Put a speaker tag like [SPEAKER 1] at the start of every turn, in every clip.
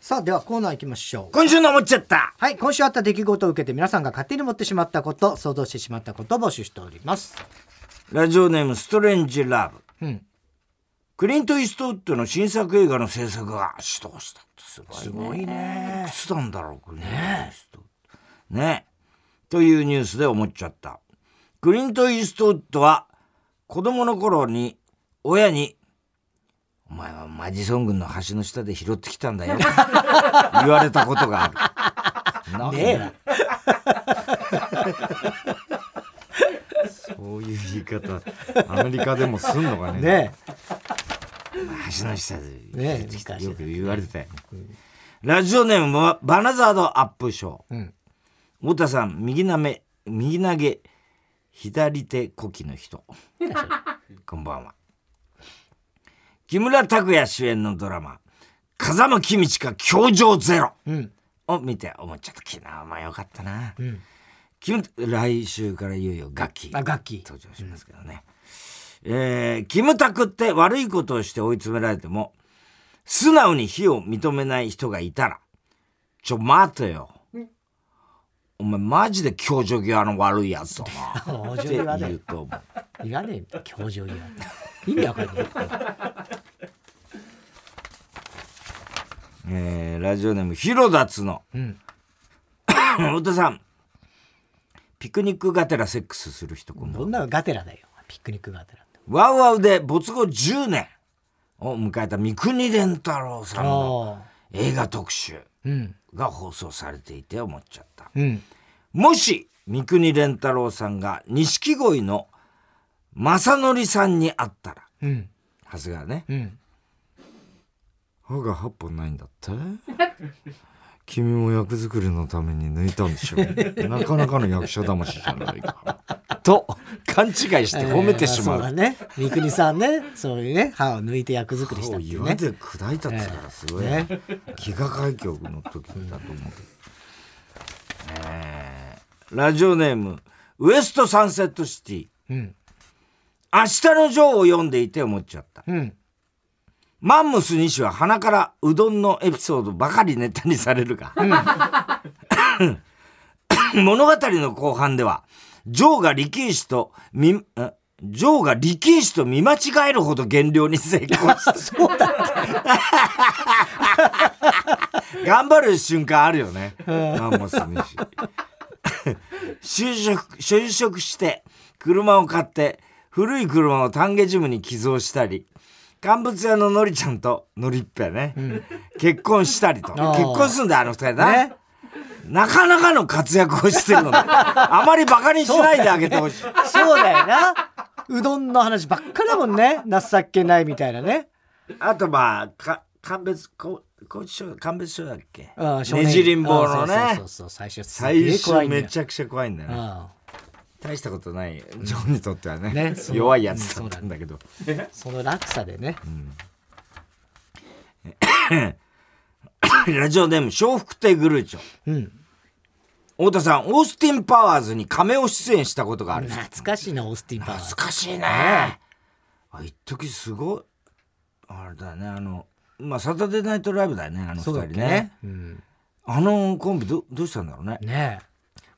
[SPEAKER 1] さあ、ではコーナー行きましょう。
[SPEAKER 2] 今週の思っちゃった
[SPEAKER 1] はい、今週あった出来事を受けて皆さんが勝手に持ってしまったこと、想像してしまったことを募集しております。
[SPEAKER 2] ラジオネームストレンジラブ。
[SPEAKER 1] うん。
[SPEAKER 2] クリント・イーストウッドの新作映画の制作が始動したってすごい、ね。すごいね。いくつなんだろう、クリント・イーストウッド。ね。というニュースで思っちゃった。クリント・イーストウッドは子供の頃に親にお前はマジソン軍の橋の下で拾ってきたんだ よ。言われたことがある。なんで
[SPEAKER 1] ね
[SPEAKER 2] そういう言い方、アメリカでもすんのかね。
[SPEAKER 1] ね
[SPEAKER 2] 橋の下で
[SPEAKER 1] ねえ
[SPEAKER 2] 気づきたよく言われてたよねラジオネームはバナザードアップショー、
[SPEAKER 1] ん
[SPEAKER 2] 太田さん右なめ右投げ左手こきの 人こんばんは木村拓哉主演のドラマ「風間公親教場ゼロ」
[SPEAKER 1] ん
[SPEAKER 2] を見て思っちゃった昨日もよかったな、木村来週からいよいよ楽器
[SPEAKER 1] あ楽器
[SPEAKER 2] 登場しますけどね、えーキムタクって悪いことをして追い詰められても素直に非を認めない人がいたら「ちょ待てよ」お前マジで教授際の悪いやつだなっ
[SPEAKER 1] 教
[SPEAKER 2] て
[SPEAKER 1] 授際ね
[SPEAKER 2] 言うと思う
[SPEAKER 1] え。いらねえ、教授いらねえ。意味わかんない。
[SPEAKER 2] えーラジオネーム広田つの、
[SPEAKER 1] ん
[SPEAKER 2] 太田さんピクニックがてらセックスする人こんばんは
[SPEAKER 1] どんなのガテラだよ。ピクニックガテラって。
[SPEAKER 2] ワウワウで没後10年を迎えた三國連太郎さんの
[SPEAKER 1] ああ。
[SPEAKER 2] 映画特集
[SPEAKER 1] うん。
[SPEAKER 2] が放送されていて思っちゃった。
[SPEAKER 1] うん。
[SPEAKER 2] もし三國連太郎さんが錦鯉の正則さんに会ったら、
[SPEAKER 1] うん。
[SPEAKER 2] 長谷川ね、
[SPEAKER 1] うん。
[SPEAKER 2] 歯が8本ないんだって君も役作りのために抜いたんでしょなかなかの役者魂じゃないかと勘違いして褒めてしまう、
[SPEAKER 1] えーあそうだね。三國さんね、そういうね、歯を抜いて役作りした
[SPEAKER 2] そ
[SPEAKER 1] っ
[SPEAKER 2] う
[SPEAKER 1] てい
[SPEAKER 2] 言
[SPEAKER 1] う
[SPEAKER 2] われ
[SPEAKER 1] ね。
[SPEAKER 2] て砕いたってからすごい、
[SPEAKER 1] ね
[SPEAKER 2] ね、 飢餓海峡の時だと思うけど、えーラジオネームウエストサンセットシティ
[SPEAKER 1] うん。
[SPEAKER 2] 明日のジョーを読んでいて思っちゃった
[SPEAKER 1] うん。
[SPEAKER 2] マンモス西は鼻からうどんのエピソードばかりネタにされるが、 物語の後半ではジョーが力士とみんジョーが力士と見間違えるほど減量に成功した
[SPEAKER 1] そうだ。
[SPEAKER 2] 頑張る瞬間あるよね。マンモスにし就職、就職して、車を買って、古い車を丹下ジムに寄贈したり、乾物屋ののりちゃんとのりっぺね、結婚したりと。
[SPEAKER 1] ー
[SPEAKER 2] 結婚するんだよ、あの二人な、
[SPEAKER 1] ね
[SPEAKER 2] なかなかの活躍をしてる ので、あまり馬鹿にしないであげてほしい。
[SPEAKER 1] そうだよな。うどんの話ばっかりだもんね。情けないみたいなね。
[SPEAKER 2] あとまあ、か、鑑別、こ高知賞、鑑別賞だっけ
[SPEAKER 1] うん少年
[SPEAKER 2] ねじりんぼうの
[SPEAKER 1] あ
[SPEAKER 2] ね
[SPEAKER 1] そうそうそうそう、最初すげ
[SPEAKER 2] 最
[SPEAKER 1] え怖
[SPEAKER 2] 初
[SPEAKER 1] いんだ
[SPEAKER 2] め
[SPEAKER 1] よ。
[SPEAKER 2] ちゃくちゃ怖いんだよね。
[SPEAKER 1] うん。
[SPEAKER 2] 大したことないジョンにとってはね,、
[SPEAKER 1] ねそう
[SPEAKER 2] 弱いやつだったんだけど、
[SPEAKER 1] その落差でね。
[SPEAKER 2] ラジオネーム笑福亭グルーチョ
[SPEAKER 1] うん。
[SPEAKER 2] 太田さんオースティン・パワーズに亀を出演したことがある
[SPEAKER 1] 懐かしいな、オースティン・パワー。
[SPEAKER 2] 懐かしいねあ一時すごいあれだよねあのまあサタデーナイトライブだよねあの二
[SPEAKER 1] そうだ
[SPEAKER 2] 人
[SPEAKER 1] っ
[SPEAKER 2] ね
[SPEAKER 1] けね。うん。
[SPEAKER 2] あのコンビどどうしたんだろうね
[SPEAKER 1] ね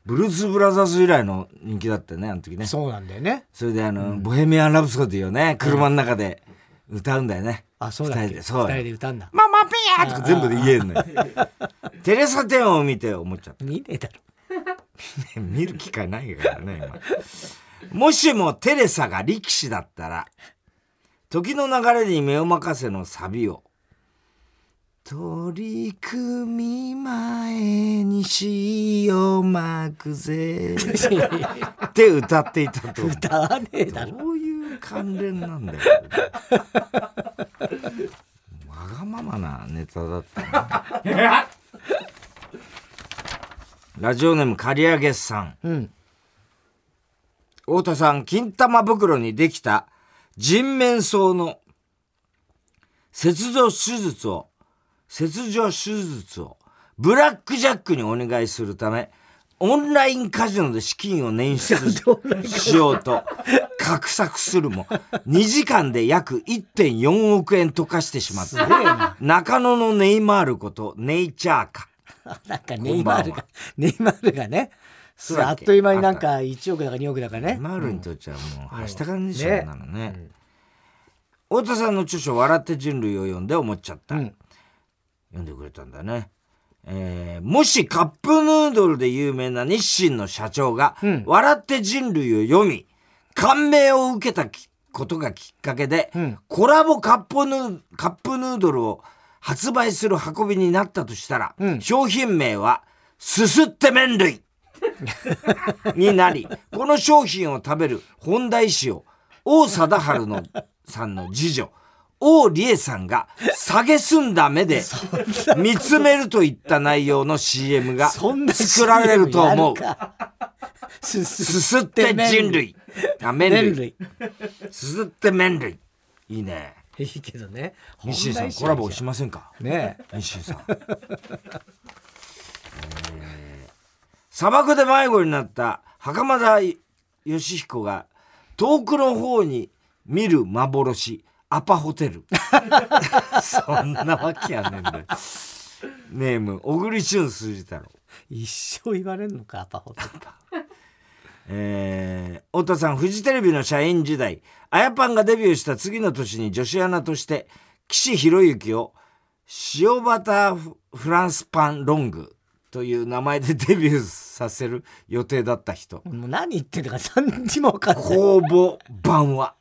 [SPEAKER 2] ブルース・ブラザーズ以来の人気だったよねあの時ね
[SPEAKER 1] え。そうなんだよね。
[SPEAKER 2] それであの、ボヘミアン・ラブソディをね車の中で歌うんだよね、
[SPEAKER 1] あ、そうだっ
[SPEAKER 2] 二
[SPEAKER 1] け
[SPEAKER 2] 人
[SPEAKER 1] 二
[SPEAKER 2] でそうよ
[SPEAKER 1] 人で歌うんだ。
[SPEAKER 2] ママピアとか全部で言えんのよ。 テレサテンを見て思っちゃっ
[SPEAKER 1] 見ねえだろ。
[SPEAKER 2] た。見る機会ないからね、今。もしもテレサが力士だったら、時の流れに目を任せのサビを、取り組み前に潮まくぜって歌っていたと思う。
[SPEAKER 1] 歌わねえだろ。
[SPEAKER 2] どういう関連なんだよ。わがままなネタだったな。ラジオネーム刈り上げさん。
[SPEAKER 1] うん。
[SPEAKER 2] 太田さん、金玉袋にできた人面草の切除手術を、切除手術をブラックジャックにお願いするため、オンラインカジノで資金を捻出しようと、画策するも、2時間で約1.4億円溶かしてしまった。中野のネイマールこと、ネイチャーか。
[SPEAKER 1] なんかネ
[SPEAKER 2] こ
[SPEAKER 1] イ
[SPEAKER 2] ん
[SPEAKER 1] マ
[SPEAKER 2] ばんは
[SPEAKER 1] ールが、ネイマールがね、
[SPEAKER 2] そうだっけ
[SPEAKER 1] あっという間になんか1億だか2億だか
[SPEAKER 2] ネイ
[SPEAKER 1] ね。
[SPEAKER 2] マールにとっちゃもう、はした感じでしょ、
[SPEAKER 1] ね
[SPEAKER 2] そんなのね。太田さんの著書、笑って人類を読んで思っちゃった。
[SPEAKER 1] うん
[SPEAKER 2] 読んでくれたんだね。えーもしカップヌードルで有名な日清の社長が、
[SPEAKER 1] うん
[SPEAKER 2] 笑って人類を読み、感銘を受けたきことがきっかけで、
[SPEAKER 1] うん
[SPEAKER 2] コラボカップヌーカップヌードルを発売する運びになったとしたら、
[SPEAKER 1] うん
[SPEAKER 2] 商品名は、すすって麺 類になり、この商品を食べる本田医師を、王貞治のさんの次女、王理恵さんが、下げすんだ目で、見つめるといった内容の CM が
[SPEAKER 1] そんな
[SPEAKER 2] 作られると思う
[SPEAKER 1] CM。やるか。す
[SPEAKER 2] す
[SPEAKER 1] す
[SPEAKER 2] すって人類。あ、麺
[SPEAKER 1] 麺
[SPEAKER 2] 類。
[SPEAKER 1] 類。
[SPEAKER 2] すすって麺類。いいね。
[SPEAKER 1] いいけどね。
[SPEAKER 2] 西井さん、コラボしませんか
[SPEAKER 1] ねえ。
[SPEAKER 2] 西井さん。えー砂漠で迷子になった袴田義彦が遠くの方に見る幻アパホテル そんなわけやねんだよネーム小栗旬辻太郎
[SPEAKER 1] 一生言われんのか、アパホテル。
[SPEAKER 2] えー、太田さん、フジテレビの社員時代、あやパンがデビューした次の年に女子アナとして、岸博之を、塩バターフランスパンロングという名前でデビューさせる予定だった人。
[SPEAKER 1] もう何言ってんのか何にも分かんない。
[SPEAKER 2] 公募版は。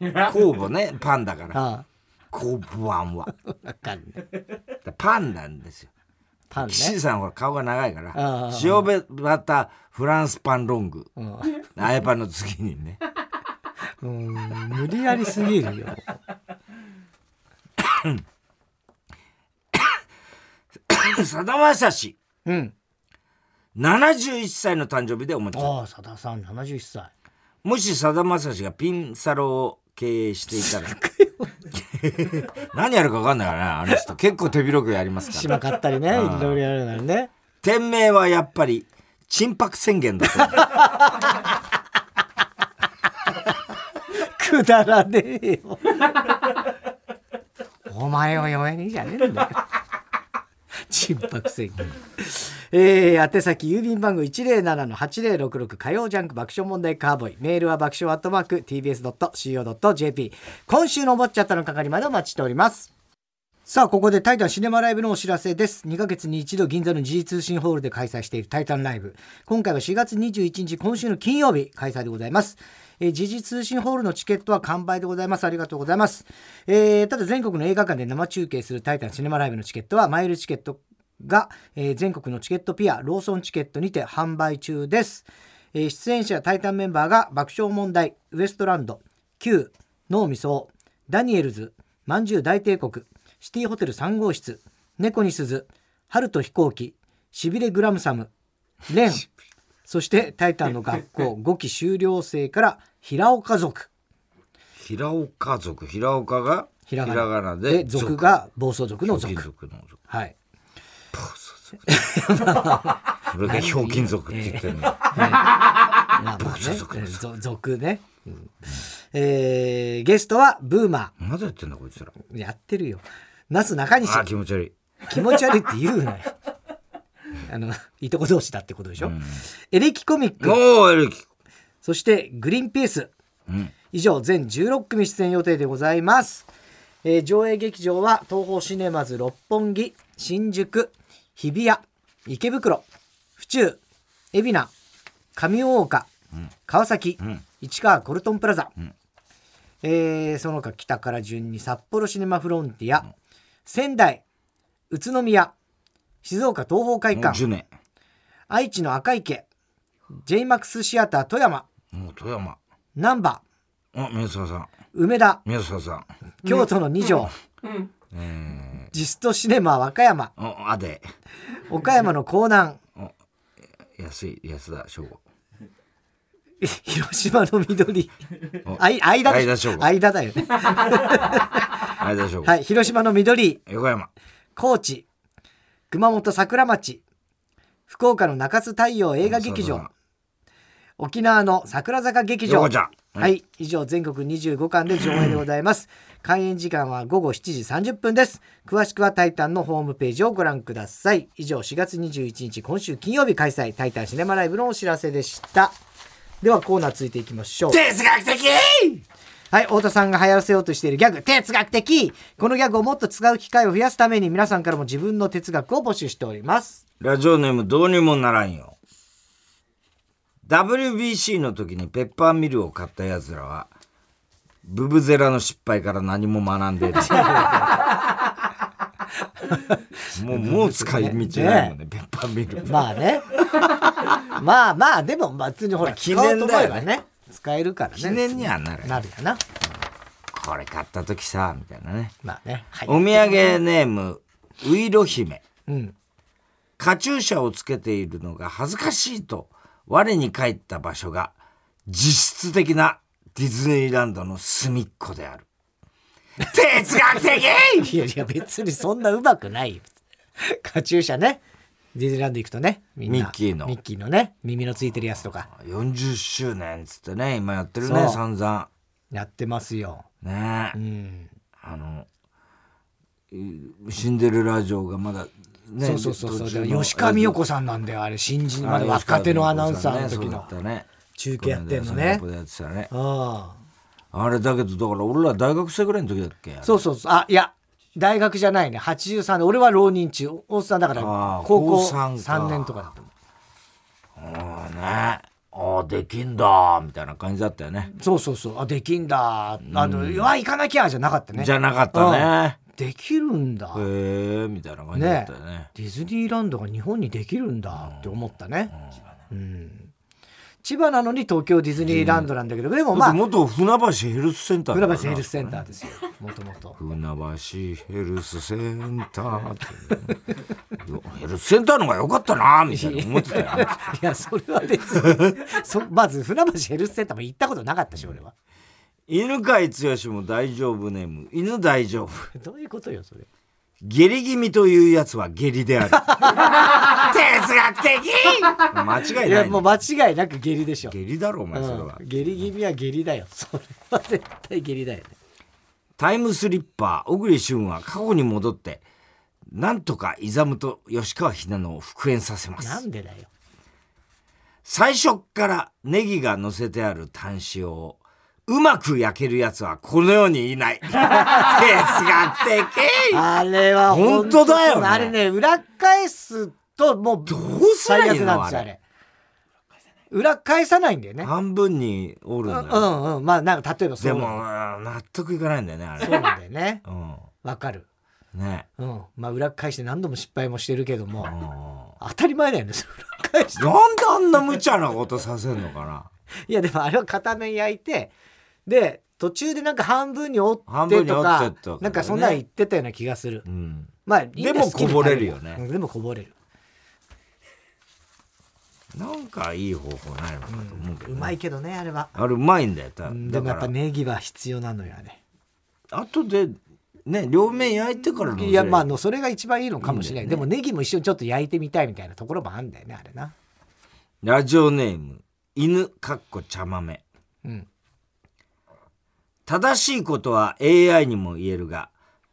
[SPEAKER 2] 公募ね、パンだから。
[SPEAKER 1] あ
[SPEAKER 2] 公募版は。
[SPEAKER 1] あ、分かんない。
[SPEAKER 2] パンなんですよ。
[SPEAKER 1] パンね。
[SPEAKER 2] 岸さんは顔が長いから
[SPEAKER 1] あー、
[SPEAKER 2] 塩バターフランスパンロング。
[SPEAKER 1] うん
[SPEAKER 2] あやパンの次にね。
[SPEAKER 1] うん、無理やりすぎるよ。
[SPEAKER 2] さだまさし。
[SPEAKER 1] うん。
[SPEAKER 2] 71歳の誕生日でおもちゃ
[SPEAKER 1] ああ、さださん71歳。
[SPEAKER 2] もしさだまさしがピンサロを経営していたら 何やるか分かんないからねあの人結構手広くやりますから
[SPEAKER 1] 島買ったりね、い
[SPEAKER 2] ああ
[SPEAKER 1] ろいろやるからね。
[SPEAKER 2] 店名はやっぱり沈泊宣言だと
[SPEAKER 1] くだらねえよ。お前を嫁にじゃねえんだよ。沈泊宣言。えー、宛先郵便番号107-8066火曜ジャンク爆笑問題カーボーイメールは爆笑アットマーク TBS.CO.JP 今週のおぼっちゃったの係までお待ちしておりますさあここで「タイタンシネマライブ」のお知らせです2ヶ月に一度銀座の G 通信ホールで開催している「タイタンライブ」今回は4月21日今週の金曜日開催でございますえー、時事通信ホールのチケットは完売でございます。ありがとうございます。えーただ全国の映画館で生中継するタイタンシネマライブのチケットは、マイルチケットが、えー全国のチケットピアローソンチケットにて販売中です、えー出演者やタイタンメンバーが爆笑問題ウエストランド Q 脳みそダニエルズまんじゅう大帝国シティホテル3号室猫に鈴春と飛行機しびれグラムサム レンそしてタイタンの学校5期修了生から平岡族
[SPEAKER 2] 平岡族平岡が
[SPEAKER 1] ひ
[SPEAKER 2] ひ
[SPEAKER 1] ら
[SPEAKER 2] ら
[SPEAKER 1] が
[SPEAKER 2] がな
[SPEAKER 1] な
[SPEAKER 2] で
[SPEAKER 1] で族が暴走族の
[SPEAKER 2] 族ひょうきん
[SPEAKER 1] 族
[SPEAKER 2] 族の族
[SPEAKER 1] はい
[SPEAKER 2] これがひょうきん族って言ってるの
[SPEAKER 1] まあまあね
[SPEAKER 2] そうそうそう
[SPEAKER 1] ぞ俗ね、うんえーゲストはブーマ
[SPEAKER 2] まだやってんだこいつら
[SPEAKER 1] ーやってるよなすなかにし
[SPEAKER 2] あー気持ち悪い
[SPEAKER 1] 気持ち悪いって言うなよあのいとこ同士だってことでしょ、
[SPEAKER 2] うん
[SPEAKER 1] エレキコミック
[SPEAKER 2] おおエレキ
[SPEAKER 1] そしてグリーンピース
[SPEAKER 2] うん
[SPEAKER 1] 以上全16組出演予定でございます、えー上映劇場は東宝シネマズ六本木新宿日比谷池袋府中海老名上大岡、川崎、
[SPEAKER 2] ん
[SPEAKER 1] 市川コルトンプラザ、えーその他北から順に札幌シネマフロンティア、仙台宇都宮静岡東宝会
[SPEAKER 2] もう10
[SPEAKER 1] 館
[SPEAKER 2] 年
[SPEAKER 1] 愛知の赤池 j マックスシアター富山
[SPEAKER 2] もう富山
[SPEAKER 1] 難波
[SPEAKER 2] あ宮沢さん
[SPEAKER 1] 梅田
[SPEAKER 2] 宮沢さん
[SPEAKER 1] 京都の二条、
[SPEAKER 2] え
[SPEAKER 1] ジストシネマ和歌山、
[SPEAKER 2] ーおあで
[SPEAKER 1] 岡山の江南、
[SPEAKER 2] 安い安田翔吾
[SPEAKER 1] 広島の緑、
[SPEAKER 2] お
[SPEAKER 1] あい間だ
[SPEAKER 2] 間勝負
[SPEAKER 1] 間だよね。
[SPEAKER 2] 相田翔吾、
[SPEAKER 1] はい、広島の緑、
[SPEAKER 2] 横山
[SPEAKER 1] 高知、熊本桜町、福岡の中津太陽映画劇
[SPEAKER 2] そう
[SPEAKER 1] 場
[SPEAKER 2] だ、
[SPEAKER 1] 沖縄の桜坂劇場
[SPEAKER 2] 横ち、ゃん
[SPEAKER 1] はい、以上全国25巻で上映でございます。 開演時間は午後7時30分です。詳しくはタイタンのホームページをご覧ください。以上4月21日今週金曜日開催タイタンシネマライブのお知らせでした。ではコーナー続いていきましょう。
[SPEAKER 2] 哲学的
[SPEAKER 1] はい、太田さんが流行らせようとしているギャグ、哲学的このギャグをもっと使う機会を増やすために皆さんからも自分の哲学を募集しております。
[SPEAKER 2] ラジオネームどうにもならんよ。WBC の時にペッパーミルを買った奴らは、ブブゼラの失敗から何も学んでいる。 もう、もう使い道ないもんね、ペッパーミル。
[SPEAKER 1] まあ ね。まあまあ、でも別にほら、
[SPEAKER 2] 記念だよね
[SPEAKER 1] 使おうと思えばね。使えるからね。
[SPEAKER 2] 記念にはなる。
[SPEAKER 1] なるやな。
[SPEAKER 2] これ買った時さ、みたいなね。
[SPEAKER 1] まあね。はい。
[SPEAKER 2] お土産ネーム、ウイロ姫。
[SPEAKER 1] うん。
[SPEAKER 2] カチューシャをつけているのが恥ずかしいと我に返った場所が実質的なディズニーランドの隅っこで ある。哲学的
[SPEAKER 1] いやいや、別にそんなうまくないよ。カチューシャね。ディズニーランド行くとね、みんな。
[SPEAKER 2] ミッキーの
[SPEAKER 1] ミッキーのね、耳のついてるやつとか、
[SPEAKER 2] 40周年っつってね今やってる
[SPEAKER 1] そ
[SPEAKER 2] ね
[SPEAKER 1] う
[SPEAKER 2] 散々。
[SPEAKER 1] やってますよ。
[SPEAKER 2] ねえ、
[SPEAKER 1] うん。
[SPEAKER 2] あのうシンデレラ城がまだね
[SPEAKER 1] そうそうそうそう。
[SPEAKER 2] 途中
[SPEAKER 1] で
[SPEAKER 2] の
[SPEAKER 1] 吉川美代子さんなんだよ、あれ。新人、まだ若手のアナウンサーの時
[SPEAKER 2] そうだ
[SPEAKER 1] の
[SPEAKER 2] ったね
[SPEAKER 1] 中継やってんの
[SPEAKER 2] こ
[SPEAKER 1] ね。
[SPEAKER 2] の間そんなとこでやってたね
[SPEAKER 1] ああ。
[SPEAKER 2] あれだけどだから俺ら大学生ぐらいの時だっけあれ
[SPEAKER 1] そうそうそう。あ、いや、大学じゃないね。83年。俺は浪人中。大津さんだから
[SPEAKER 2] あー、
[SPEAKER 1] 高校
[SPEAKER 2] 高三か
[SPEAKER 1] 3年とかだと思
[SPEAKER 2] う
[SPEAKER 1] う。
[SPEAKER 2] んねああできんだみたいな感じだったよね
[SPEAKER 1] そうそうそう。あ、できんだ。あの、うわ、行かなきゃじゃなかったね。
[SPEAKER 2] じゃなかったね
[SPEAKER 1] できるんだ。
[SPEAKER 2] へえみたいな感じだっ
[SPEAKER 1] ね
[SPEAKER 2] たよね
[SPEAKER 1] ディズニーランドが日本にできるんだって思ったね。うん。千葉なのに東京ディズニーランドなんだけど、でも
[SPEAKER 2] ま
[SPEAKER 1] ま
[SPEAKER 2] あ
[SPEAKER 1] あ、
[SPEAKER 2] 元船橋ヘルスセンター
[SPEAKER 1] 浦
[SPEAKER 2] だから
[SPEAKER 1] 橋
[SPEAKER 2] な
[SPEAKER 1] ヘルスセンターですよ。もともと。
[SPEAKER 2] 船橋ヘルスセンターってねよ ヘルスセンターの方が良かったなみたいな思ってたよね
[SPEAKER 1] いや、それは別に。 そまず、船橋ヘルスセンターも行ったことなかったし、俺は。
[SPEAKER 2] 犬飼剛も大丈夫ネーム犬大丈夫
[SPEAKER 1] どういうことよ、それ。
[SPEAKER 2] 下痢気味というやつは下痢である 哲学的 間違い
[SPEAKER 1] い
[SPEAKER 2] ない,、
[SPEAKER 1] や
[SPEAKER 2] ね、
[SPEAKER 1] もう間違いなく下痢でしょ。
[SPEAKER 2] 下痢だろお前それは、
[SPEAKER 1] うん下痢気味は下痢だ よ。それは絶対下痢だよね。
[SPEAKER 2] タイムスリッパー小栗旬は過去に戻ってなんとかイザムと吉川ひなのを復縁させま
[SPEAKER 1] な
[SPEAKER 2] す
[SPEAKER 1] んでだよ。
[SPEAKER 2] 最初っからネギが乗せてある端子をうまく焼けるやつはこの世にい ない哲学的
[SPEAKER 1] あれは
[SPEAKER 2] 本当だよね
[SPEAKER 1] そうあれね、裏返すともう
[SPEAKER 2] どうすりゃい
[SPEAKER 1] 最
[SPEAKER 2] い
[SPEAKER 1] 悪
[SPEAKER 2] の
[SPEAKER 1] なんですよ、
[SPEAKER 2] あれ
[SPEAKER 1] あれ。裏返さないんだよね。
[SPEAKER 2] 半分に折
[SPEAKER 1] う
[SPEAKER 2] るんだよ、
[SPEAKER 1] んうん。まあ、なんか例えばそ
[SPEAKER 2] で
[SPEAKER 1] う
[SPEAKER 2] もうん納得いかないんだよねあれ
[SPEAKER 1] そうなんだよね。
[SPEAKER 2] う
[SPEAKER 1] わかる。
[SPEAKER 2] んね
[SPEAKER 1] うん。まあ、裏返して何度も失敗もしてるけども、
[SPEAKER 2] うん
[SPEAKER 1] 当たり前だよね、 それ裏返して。
[SPEAKER 2] なんであんな無茶なことさせんのかない
[SPEAKER 1] や、でもあれは片面焼いて、で、途中でなんか半分に折
[SPEAKER 2] 半
[SPEAKER 1] っ
[SPEAKER 2] 分に
[SPEAKER 1] てと
[SPEAKER 2] 折って
[SPEAKER 1] か、
[SPEAKER 2] とかね
[SPEAKER 1] なんかそんなん言ってたような気がする
[SPEAKER 2] う。ん
[SPEAKER 1] まあ、いいんだよ
[SPEAKER 2] でも
[SPEAKER 1] 好きに
[SPEAKER 2] こぼれるよね
[SPEAKER 1] 食べればうんでもこぼれる。
[SPEAKER 2] なんかいい方法ないのかと思うけどね、
[SPEAKER 1] うまいけどね、あれは。
[SPEAKER 2] あれうまいんだよ。た
[SPEAKER 1] うんで
[SPEAKER 2] だ
[SPEAKER 1] も
[SPEAKER 2] か
[SPEAKER 1] やっぱ
[SPEAKER 2] ら、
[SPEAKER 1] ネギは必要なのよ、あれ。
[SPEAKER 2] 後でね両面焼いてからの
[SPEAKER 1] いや、まああの、それが一番いいのかもしれない。でもネギも一緒にちょっと焼いてみたいみたいなところもあんだよね、あれな。
[SPEAKER 2] ラジオネーム犬かっこ茶豆。
[SPEAKER 1] うん。
[SPEAKER 2] 正しいことは AI にも言えるが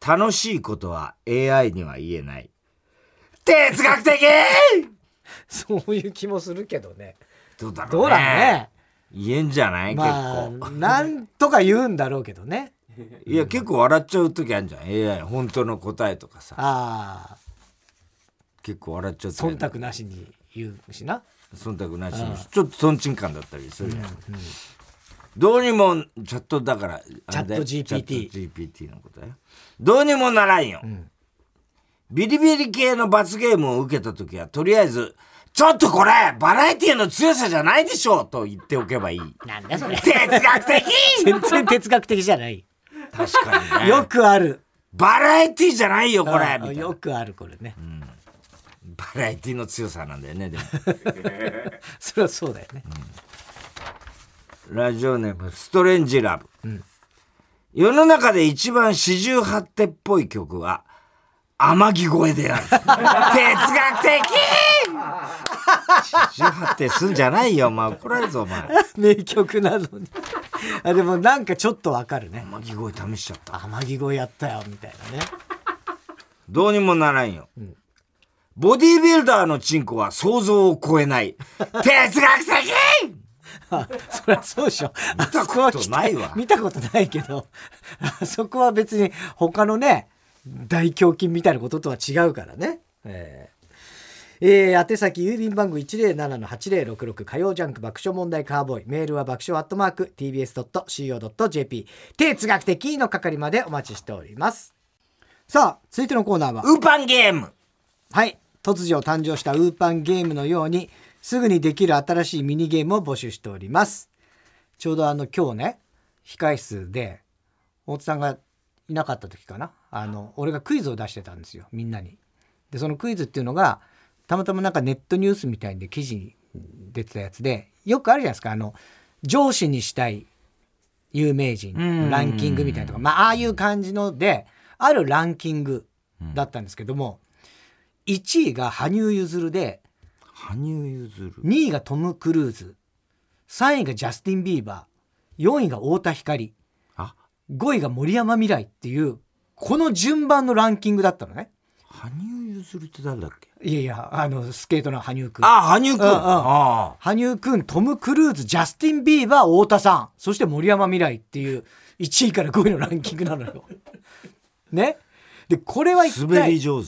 [SPEAKER 2] 楽しいことは AI には言えない。哲学的。
[SPEAKER 1] そういう気もするけどね。
[SPEAKER 2] どうだろうね。
[SPEAKER 1] どうだろうね。
[SPEAKER 2] 言えんじゃない、
[SPEAKER 1] ま
[SPEAKER 2] 結
[SPEAKER 1] あ、なんとか言うんだろうけどね。
[SPEAKER 2] 構。いや結構笑っちゃう時あるじゃん。AI 本当の答えとかさ
[SPEAKER 1] ああ、
[SPEAKER 2] 結構笑っちゃう時ある
[SPEAKER 1] 忖度なしに言うしな。
[SPEAKER 2] 忖度なしにちょっととんちん感だったりするじゃん、どうにもチャットだからあれだよ
[SPEAKER 1] チャット GPT
[SPEAKER 2] チャット GPT のことだよどうにもならんよ、ビリビリ系の罰ゲームを受けた時はとりあえず「ちょっとこれバラエティの強さじゃないでしょ!」と言っておけばいい
[SPEAKER 1] なんだそれ。
[SPEAKER 2] 哲学的
[SPEAKER 1] 全然哲学的じゃない。
[SPEAKER 2] 確かにね
[SPEAKER 1] よくある。
[SPEAKER 2] バラエティじゃないよこれみたい
[SPEAKER 1] あ
[SPEAKER 2] な
[SPEAKER 1] よくある、これね。
[SPEAKER 2] バラエティの強さなんだよねでも
[SPEAKER 1] それはそうだよね。
[SPEAKER 2] ラジオネームストレンジラブ、世の中で一番四十八手っぽい曲は天城越えである哲学的四十八手すんじゃないよお前怒られるぞお前
[SPEAKER 1] 名曲なのに。あでもなんかちょっとわかるね
[SPEAKER 2] 天城越え試しちゃった
[SPEAKER 1] 天城越えやったよみたいなね
[SPEAKER 2] どうにもならんよ、ボディービルダーのチンコは想像を超えない哲学的
[SPEAKER 1] あそりゃそうでしょ見
[SPEAKER 2] たことないわ
[SPEAKER 1] 見たことないけど あそこは別に他のね大胸筋みたいなこととは違うからねえーえー宛先郵便番号107-8066火曜ジャンク爆笑問題カーボーイメールは爆笑アットマーク TBS.CO.JP 哲学的の係までお待ちしておりますさあ続いてのコーナーは
[SPEAKER 2] ウーパンゲーム
[SPEAKER 1] はい突如誕生したウーパンゲームのようにすぐにできる新しいミニゲームを募集しておりますちょうどあの今日ね控室で大津さんがいなかった時かなあの俺がクイズを出してたんですよみんなにでそのクイズっていうのがたまたまなんかネットニュースみたいで記事に出てたやつでよくあるじゃないですかあの上司にしたい有名人ランキングみたいなとか、まあ、ああいう感じのであるランキングだったんですけども、1位が羽生結弦で
[SPEAKER 2] 羽生結弦
[SPEAKER 1] 2位がトム・クルーズ3位がジャスティン・ビーバー4位が太田光
[SPEAKER 2] あ
[SPEAKER 1] 5位が森山未来っていうこの順番のランキングだったのね
[SPEAKER 2] 羽生結弦って誰だっけ
[SPEAKER 1] いやいやあのスケートの羽生くん
[SPEAKER 2] あ羽生くん
[SPEAKER 1] うんうん
[SPEAKER 2] あ
[SPEAKER 1] 羽生くんトム・クルーズジャスティン・ビーバー太田さんそして森山未来っていう1位から5位のランキングなのよ。ねでこれは
[SPEAKER 2] あ
[SPEAKER 1] 一
[SPEAKER 2] 滑り
[SPEAKER 1] 体
[SPEAKER 2] 上手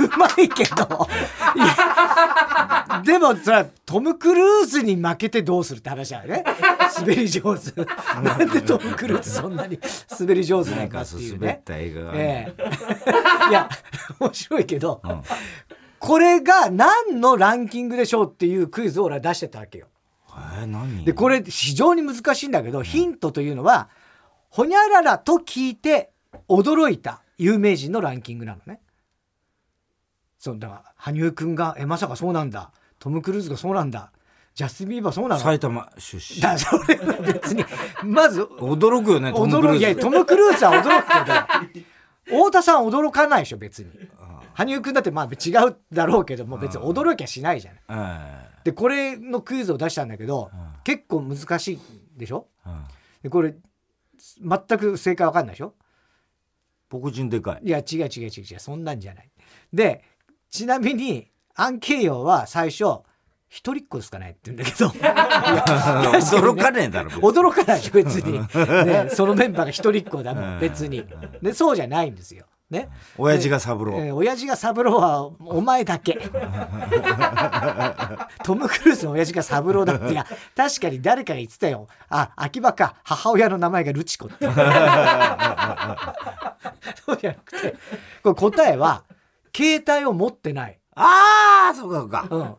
[SPEAKER 1] うまいけどいやでもそれはトム・クルーズに負けてどうするって話だよね滑り上手なんでトム・クルーズそんなに滑り上手な
[SPEAKER 2] なんん
[SPEAKER 1] か
[SPEAKER 2] か
[SPEAKER 1] って
[SPEAKER 2] そう
[SPEAKER 1] いう
[SPEAKER 2] 滑っ
[SPEAKER 1] ね
[SPEAKER 2] た映画がある、
[SPEAKER 1] ええいや面白いけど、これが何のランキングでしょうっていうクイズを俺は出してたわけよ
[SPEAKER 2] えー何
[SPEAKER 1] でこれ非常に難しいんだけどヒントというのはほにゃららと聞いて驚いた有名人のランキングなのね。そうだから羽生くんが「えまさかそうなんだ」「トム・クルーズがそうなんだ」「ジャスティン・ビーバーそうなの」
[SPEAKER 2] 埼玉出身
[SPEAKER 1] だそれは別に まず
[SPEAKER 2] 驚くよね トム・クル
[SPEAKER 1] 驚
[SPEAKER 2] ー
[SPEAKER 1] いや
[SPEAKER 2] ズ
[SPEAKER 1] トム・クルーズは驚くけど太田さんは驚かないでしょ別に羽生くんだってまあ違うだろうけども別に驚きゃしないじゃない。
[SPEAKER 2] え
[SPEAKER 1] でこれのクイズを出したんだけど結構難しいでしょ
[SPEAKER 2] えうん
[SPEAKER 1] でこれ全く正解わかんないでしょ
[SPEAKER 2] 黒人でかい
[SPEAKER 1] いや違う違う違う違うそんなんじゃないでちなみにアンケイヨは最初一人っ子ですかねって言うんだけど
[SPEAKER 2] 驚かねえだ ろ別に
[SPEAKER 1] 驚かないでしょ別に、ね、そのメンバーが一人っ子だもん別にでそうじゃないんですよね
[SPEAKER 2] 親父が三郎、
[SPEAKER 1] えー親父が三郎はお前 だけトム・クルーズの親父が三郎だっていや確かに誰かが言ってたよあ秋葉か母親の名前がルチコって そうじゃなくてこれ答えは携帯を持ってない、
[SPEAKER 2] ああそうかそうか、
[SPEAKER 1] うん、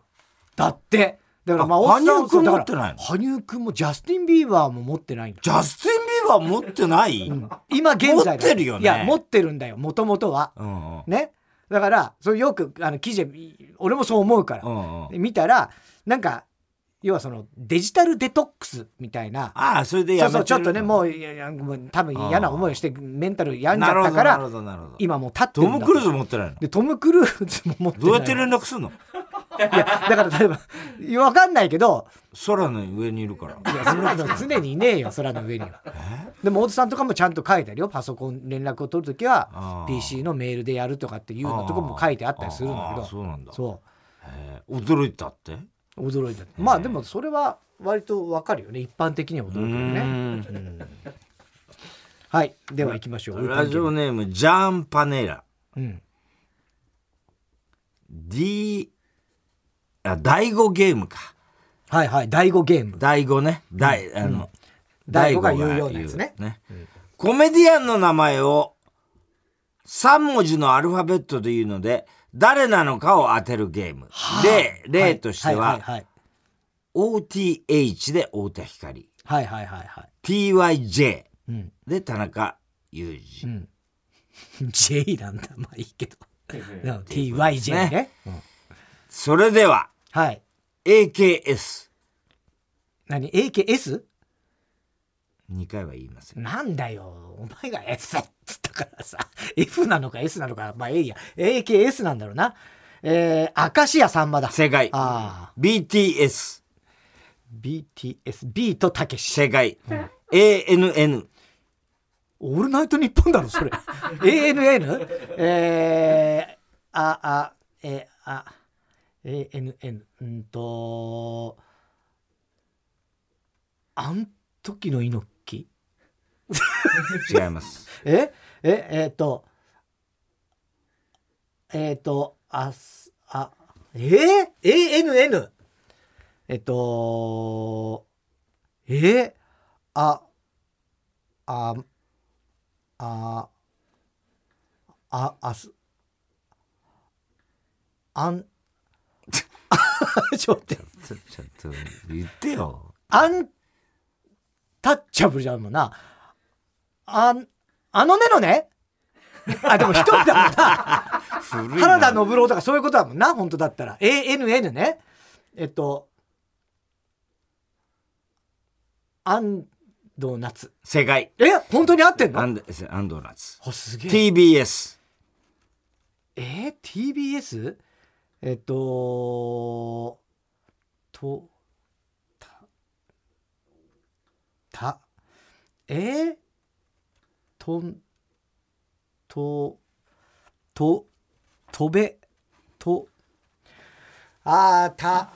[SPEAKER 1] だってだからまあ
[SPEAKER 2] あ
[SPEAKER 1] おっさん
[SPEAKER 2] 羽生くん
[SPEAKER 1] そうだから
[SPEAKER 2] 持ってないの
[SPEAKER 1] 羽生くんもジャスティン・ビーバーも持ってないんだ
[SPEAKER 2] ジャスティン・ビーバー持ってない、うん
[SPEAKER 1] 今現
[SPEAKER 2] 持っ
[SPEAKER 1] 在だ
[SPEAKER 2] てるよね
[SPEAKER 1] いや持ってるんだよもともとは
[SPEAKER 2] うん
[SPEAKER 1] ねだからそれよくあの記事い俺もそう思うから、
[SPEAKER 2] うんうん
[SPEAKER 1] で見たらなんか要はそのデジタルデトックスみたいな
[SPEAKER 2] ああそれでや
[SPEAKER 1] そう
[SPEAKER 2] めて
[SPEAKER 1] そ
[SPEAKER 2] る
[SPEAKER 1] うちょっとねもういやいやもう多分嫌な思いをしてメンタル病んじ
[SPEAKER 2] なる
[SPEAKER 1] ゃっ
[SPEAKER 2] ほどな
[SPEAKER 1] たか
[SPEAKER 2] る
[SPEAKER 1] ら
[SPEAKER 2] ほどなるほど
[SPEAKER 1] 今もう立って
[SPEAKER 2] ト
[SPEAKER 1] るんだ
[SPEAKER 2] ム・クルーズ持ってないの
[SPEAKER 1] でトム・クルーズも持ってない
[SPEAKER 2] どうやって連絡するの
[SPEAKER 1] いやだから例えばいやわかんないけど
[SPEAKER 2] 空の上にいるから
[SPEAKER 1] いやそんなの常にいねえよ空の上にはでも大津さんとかもちゃんと書いてあるよパソコン連絡を取るときは
[SPEAKER 2] あー
[SPEAKER 1] PC のメールでやるとかっていうのとかも書いてあったりするんだ
[SPEAKER 2] あ
[SPEAKER 1] け
[SPEAKER 2] あ
[SPEAKER 1] ど
[SPEAKER 2] そうなんだ
[SPEAKER 1] そう
[SPEAKER 2] へえ驚いたって
[SPEAKER 1] 驚いたまあでもそれは割とわかるよね一般的には驚く
[SPEAKER 2] う
[SPEAKER 1] よね
[SPEAKER 2] ーん
[SPEAKER 1] はいでは行きましょう
[SPEAKER 2] ラジオネームジャン・パネラ
[SPEAKER 1] うん、
[SPEAKER 2] D あ第5ゲームか
[SPEAKER 1] はいはい第5ゲーム
[SPEAKER 2] 第5ね第あの
[SPEAKER 1] 第5が
[SPEAKER 2] 第五
[SPEAKER 1] 言うようなやつね
[SPEAKER 2] 言うコメディアンの名前を3文字のアルファベットで言うので誰なのかを当てるゲーム、で例として
[SPEAKER 1] はい
[SPEAKER 2] は
[SPEAKER 1] はい
[SPEAKER 2] OTH で太田光
[SPEAKER 1] はいはいはいはいはい、
[SPEAKER 2] TYJ
[SPEAKER 1] うん
[SPEAKER 2] で田中裕二、
[SPEAKER 1] うん、J なんだまあいいけどうん TYJ ね
[SPEAKER 2] ねそれでは
[SPEAKER 1] はい
[SPEAKER 2] AKS2
[SPEAKER 1] 何 AKS?
[SPEAKER 2] 回は言いません
[SPEAKER 1] なんだよお前が S っつったからさ F なのか S なのかまあええや AKS なんだろうなえー、明石家さんまだ
[SPEAKER 2] 正解
[SPEAKER 1] ああ
[SPEAKER 2] BTS
[SPEAKER 1] BTS ビートたけし
[SPEAKER 2] 正解。ANN。
[SPEAKER 1] オールナイトニッポンだろそれ ANN えー、ああえー、あ ANN うんとあん時の猪木
[SPEAKER 2] 違います。
[SPEAKER 1] えええっ、とえっ、とあすあえー、ANN えっ、とえー、あああああすあん ちょっと待って
[SPEAKER 2] ちょちょっと、言ってよ。
[SPEAKER 1] アンタッチャブルじゃんもんな。あん、あのねのねあ、でも一人だもんな。
[SPEAKER 2] 古いな
[SPEAKER 1] 原田信郎とかそういうことだもんな、本当だったら。ANN ね。えっと、安藤夏。
[SPEAKER 2] 正解。
[SPEAKER 1] え本当に合ってんの
[SPEAKER 2] ア
[SPEAKER 1] あ
[SPEAKER 2] ンアンドーナツ。
[SPEAKER 1] すげえ。
[SPEAKER 2] TBS。
[SPEAKER 1] えー、TBS? えっと、と、た、た、えー、とん、と、と、とべ、と、あー、た、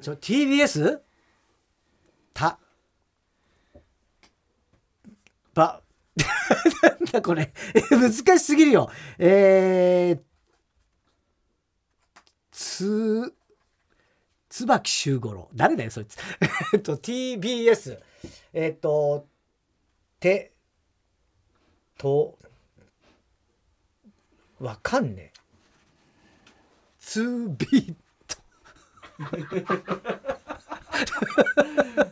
[SPEAKER 1] ちょ、TBS? た、ば、 なんだこれ、 え難しすぎるよ。えー、つ、椿周五郎。誰だよ、そいつ。 えっと、TBS。えっと、て、と、わかんねえ。つびっと。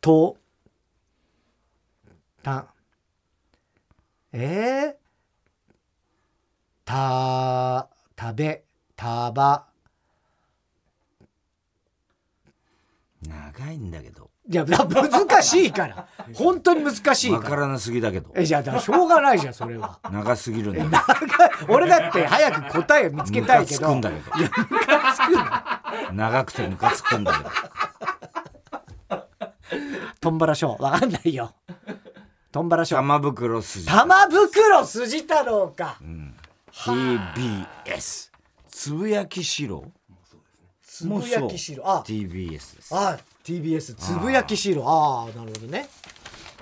[SPEAKER 1] と、た、えー、た、食べ、たば。
[SPEAKER 2] 長いんだけど。
[SPEAKER 1] いや、だ難しい から。本当に難しい
[SPEAKER 2] わ
[SPEAKER 1] か。
[SPEAKER 2] かららなすぎだけど。
[SPEAKER 1] え、じゃあ、だからしょうがないじゃん、それは。
[SPEAKER 2] 長すぎるんだよ。
[SPEAKER 1] 俺だって早く答えを見つけたいけ
[SPEAKER 2] ムカつく
[SPEAKER 1] ど
[SPEAKER 2] ん。だけど。長くてムカつくんだけど。
[SPEAKER 1] とんばらしょう。わかんない よ。とんばらしょう。
[SPEAKER 2] 玉袋筋。
[SPEAKER 1] 玉袋筋太郎か。
[SPEAKER 2] TBS。つぶやきしろ。
[SPEAKER 1] つぶやきしろ。あ、
[SPEAKER 2] TBS です。
[SPEAKER 1] あ、TBS、つぶやきしろ。ああ、なるほどね。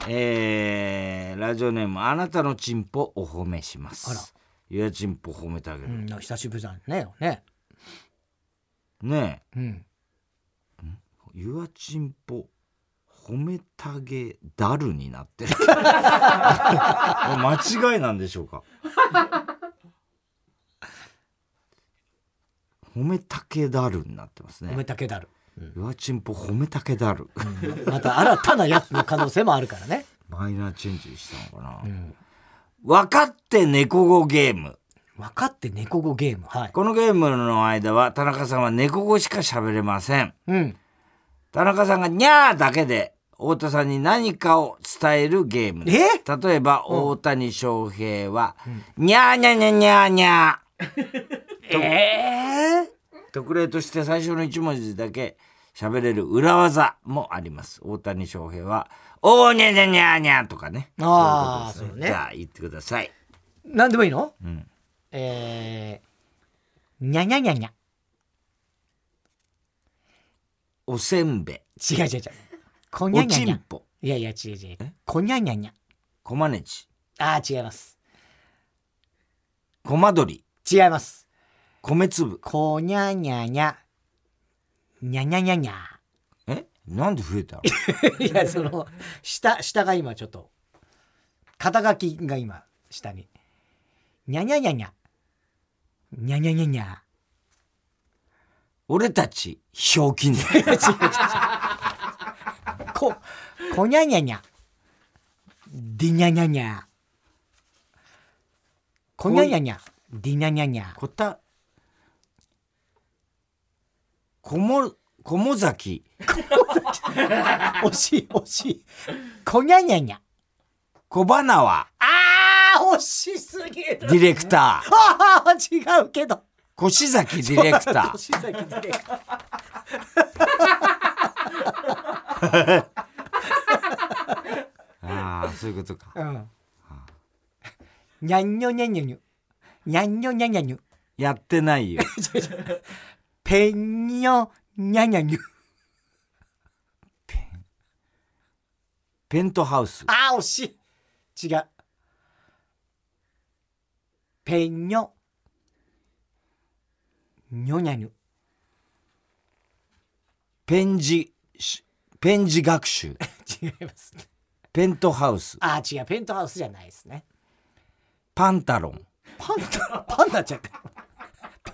[SPEAKER 2] えー、ラジオネーム、あなたのチンポお褒めします。
[SPEAKER 1] あら
[SPEAKER 2] ゆやチンポ褒めてあげ
[SPEAKER 1] う
[SPEAKER 2] る。
[SPEAKER 1] ん、久しぶりだね。ね。
[SPEAKER 2] ね
[SPEAKER 1] うん。
[SPEAKER 2] え、ゆやチンポ褒めたげだるになってる。 これ間違いなんでしょうか。褒めたけだるになってます
[SPEAKER 1] 褒め
[SPEAKER 2] ね。
[SPEAKER 1] たけだる。
[SPEAKER 2] ゆやチンポ褒めたけだる。
[SPEAKER 1] また新たなやつの可能性もあるからね。
[SPEAKER 2] マイナーチェンジしたのかな。分かって猫語ゲーム。
[SPEAKER 1] 分かって猫語ゲーム。はい。
[SPEAKER 2] このゲームの間は田中さんは猫語しか喋れません。
[SPEAKER 1] うん。
[SPEAKER 2] 田中さんがニャーだけで太田さんに何かを伝えるゲームです例えば大谷翔平は、ニャーニャーニャーニャーニャー。え特例として最初の1文字だけ喋れる裏技もあります。大谷翔平は、おーニャーニャーニャーニャーとかね。
[SPEAKER 1] あー
[SPEAKER 2] そういうこと
[SPEAKER 1] そう
[SPEAKER 2] です
[SPEAKER 1] ね
[SPEAKER 2] じゃあ言ってください。
[SPEAKER 1] なんでもいいの
[SPEAKER 2] うん。
[SPEAKER 1] えー、にゃにゃにゃにゃ。
[SPEAKER 2] おせんべい。
[SPEAKER 1] 違う違う違う。こにゃ
[SPEAKER 2] お
[SPEAKER 1] にゃ
[SPEAKER 2] ち
[SPEAKER 1] にゃ
[SPEAKER 2] ん。ぽ。
[SPEAKER 1] いやいや違う違う
[SPEAKER 2] え。
[SPEAKER 1] こにゃにゃにゃ。
[SPEAKER 2] こまねち。
[SPEAKER 1] ああ、違います。
[SPEAKER 2] コマドリ、
[SPEAKER 1] 違います。
[SPEAKER 2] 米粒。
[SPEAKER 1] こにゃにゃにゃ。にゃにゃに ゃにゃ。
[SPEAKER 2] えなんで増えたの
[SPEAKER 1] いや、その、下、下が今ちょっと、肩書きが今、下に。にゃにゃにゃにゃ。にゃにゃにゃにゃ。
[SPEAKER 2] 俺たち、ひょうきんだ。
[SPEAKER 1] こ、こにゃにゃにゃ。でにゃにゃにゃ。こにゃにゃにゃ。でにゃにゃにゃ。
[SPEAKER 2] こた、こも、こもざき、
[SPEAKER 1] 惜しい惜しい。こにゃにゃにゃ。
[SPEAKER 2] 小花は、
[SPEAKER 1] あー惜しすぎる。
[SPEAKER 2] ディレクター、
[SPEAKER 1] ああ違うけど。
[SPEAKER 2] 越崎ディレクター
[SPEAKER 1] 年先で
[SPEAKER 2] ああそういうことか
[SPEAKER 1] うんにゃんにょにゃんにょにょにゃんにょにゃんにゃんにょ
[SPEAKER 2] やってないよ
[SPEAKER 1] ペンニョにゃんにゃんにょ
[SPEAKER 2] ペントハウス
[SPEAKER 1] あー惜しい違うペンニョにょにゃにょ
[SPEAKER 2] ペンジしペンジ学習
[SPEAKER 1] 違いますね
[SPEAKER 2] ペントハウス
[SPEAKER 1] あー違うペントハウスじゃないですね
[SPEAKER 2] パンタロン
[SPEAKER 1] パンダパンダちゃん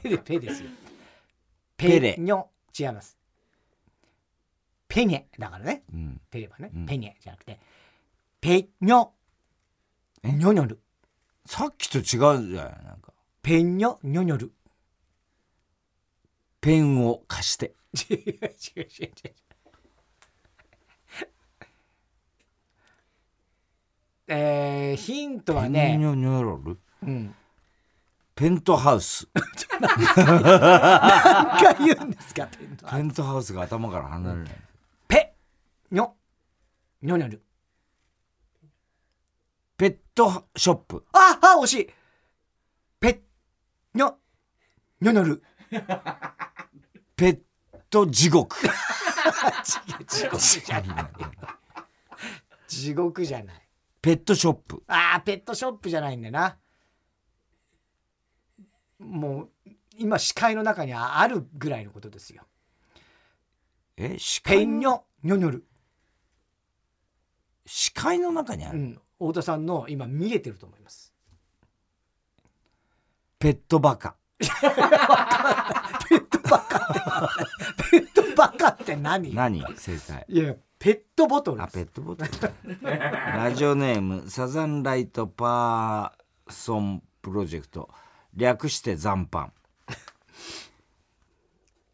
[SPEAKER 1] ペレペですよ
[SPEAKER 2] ペレ
[SPEAKER 1] ニョ違いますペニェだからね
[SPEAKER 2] うん
[SPEAKER 1] ペレはね、
[SPEAKER 2] うん
[SPEAKER 1] ペニェじゃなくてペニョ
[SPEAKER 2] え
[SPEAKER 1] ニョニョル
[SPEAKER 2] さっきと違うんじゃないなんか
[SPEAKER 1] ペニョニョニョル
[SPEAKER 2] ペンを貸して
[SPEAKER 1] 違う違う違う違う えー、ヒントは
[SPEAKER 2] ペンニ
[SPEAKER 1] ね、
[SPEAKER 2] ョニョロル
[SPEAKER 1] うん、
[SPEAKER 2] ペントハウス
[SPEAKER 1] 何回言うんですかペント
[SPEAKER 2] ペントハウスが頭から離れない
[SPEAKER 1] ペニョニョニョル
[SPEAKER 2] ペットショップ
[SPEAKER 1] ああ惜しいペニョニョニョル
[SPEAKER 2] ペット地獄
[SPEAKER 1] 地獄じゃない地獄じゃない
[SPEAKER 2] ペットショップ
[SPEAKER 1] ああペットショップじゃないんだよなもう今視界の中にああるぐらいのことですよ
[SPEAKER 2] え視
[SPEAKER 1] ペ
[SPEAKER 2] 界
[SPEAKER 1] ンニ
[SPEAKER 2] の
[SPEAKER 1] ョニョニョル
[SPEAKER 2] 視界の中にあ
[SPEAKER 1] う
[SPEAKER 2] る
[SPEAKER 1] ん太田さんの今見えてると思います
[SPEAKER 2] ペットバカ
[SPEAKER 1] ペットバカってペットバカって何い
[SPEAKER 2] 何正解
[SPEAKER 1] やペットボトル
[SPEAKER 2] あ
[SPEAKER 1] です
[SPEAKER 2] ペットボ トルラジオネームサザンライトパーソンプロジェクト略して残飯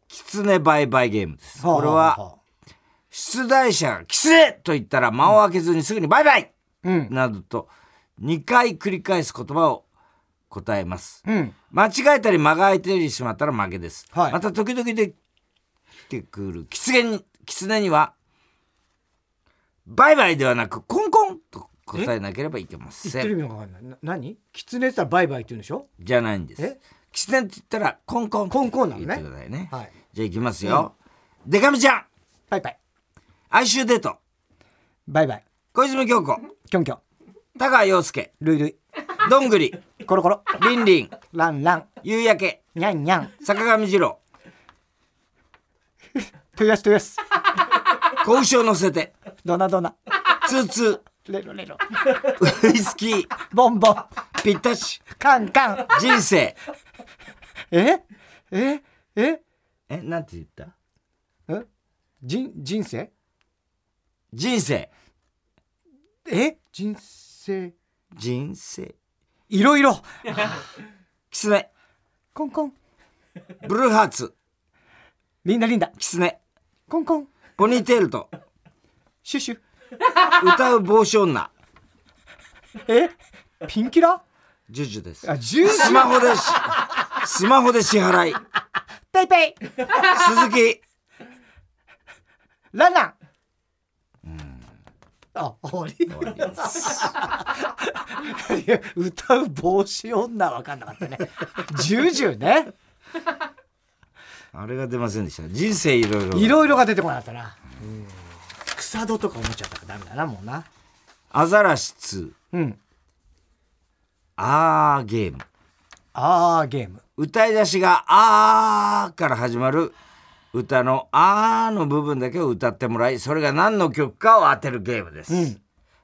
[SPEAKER 2] キツネバイバイゲームです
[SPEAKER 1] はあ
[SPEAKER 2] これは
[SPEAKER 1] あ
[SPEAKER 2] 出題者が「キツネ!」と言ったら間を空けずにすぐに「バイバイ!
[SPEAKER 1] うん」
[SPEAKER 2] などと2回繰り返す言葉を答えます
[SPEAKER 1] うん
[SPEAKER 2] 間違えたり間が空いてりしまったら負けです、
[SPEAKER 1] はい
[SPEAKER 2] また時々で出てくるキツネにキツネにはバイバイではなくコンコンと答えなければいけませ
[SPEAKER 1] 言ってる
[SPEAKER 2] ん
[SPEAKER 1] 意味がわかんないな何キツネって言ったらバイバイって言うんでしょ
[SPEAKER 2] じゃないんです
[SPEAKER 1] え
[SPEAKER 2] キツネって言ったらコンコン
[SPEAKER 1] コンコンなのね
[SPEAKER 2] 言ってくださいね、
[SPEAKER 1] はい
[SPEAKER 2] じゃあいきますよ、デカミちゃん
[SPEAKER 1] バイバイ
[SPEAKER 2] 哀愁デート
[SPEAKER 1] バイバイ
[SPEAKER 2] 小泉京子
[SPEAKER 1] キョンキョン
[SPEAKER 2] 田川陽介
[SPEAKER 1] ルイル
[SPEAKER 2] どんぐり
[SPEAKER 1] イコロコロ
[SPEAKER 2] りんりん
[SPEAKER 1] ランラン
[SPEAKER 2] 夕焼け
[SPEAKER 1] ニャンニャン
[SPEAKER 2] 坂上二郎
[SPEAKER 1] トゥヤストゥヤス
[SPEAKER 2] 子牛を乗せて
[SPEAKER 1] ドナドナ
[SPEAKER 2] ツーツ
[SPEAKER 1] レロレロ
[SPEAKER 2] ーウイスキー
[SPEAKER 1] ボンボン
[SPEAKER 2] ぴったし
[SPEAKER 1] カンカン
[SPEAKER 2] 人生
[SPEAKER 1] えええ
[SPEAKER 2] えなんて言った
[SPEAKER 1] え人人生
[SPEAKER 2] 人生
[SPEAKER 1] え人生
[SPEAKER 2] 人生
[SPEAKER 1] いろいろ
[SPEAKER 2] キツネ
[SPEAKER 1] コンコン
[SPEAKER 2] ブルーハーツ
[SPEAKER 1] リンダリンダ
[SPEAKER 2] キツネ
[SPEAKER 1] コンコン
[SPEAKER 2] ポニーテールと
[SPEAKER 1] シュシュ
[SPEAKER 2] 歌う帽子女
[SPEAKER 1] えピンキラ
[SPEAKER 2] ジュジュです
[SPEAKER 1] あジュジュ
[SPEAKER 2] スマホでしスマホで支払い
[SPEAKER 1] ペイペイ
[SPEAKER 2] 鈴木
[SPEAKER 1] ランランあ終わりいや歌う帽子女わかんなかったねジュジュね
[SPEAKER 2] あれが出ませんでした人生いろいろ
[SPEAKER 1] いろいろが出てこなかったな草戸とか思っちゃったからダメだなもうな
[SPEAKER 2] アザラシ2
[SPEAKER 1] うん
[SPEAKER 2] あーゲーム
[SPEAKER 1] あーゲーム
[SPEAKER 2] 歌い出しが「あー」から始まる歌の「あー」の部分だけを歌ってもらいそれが何の曲かを当てるゲームです。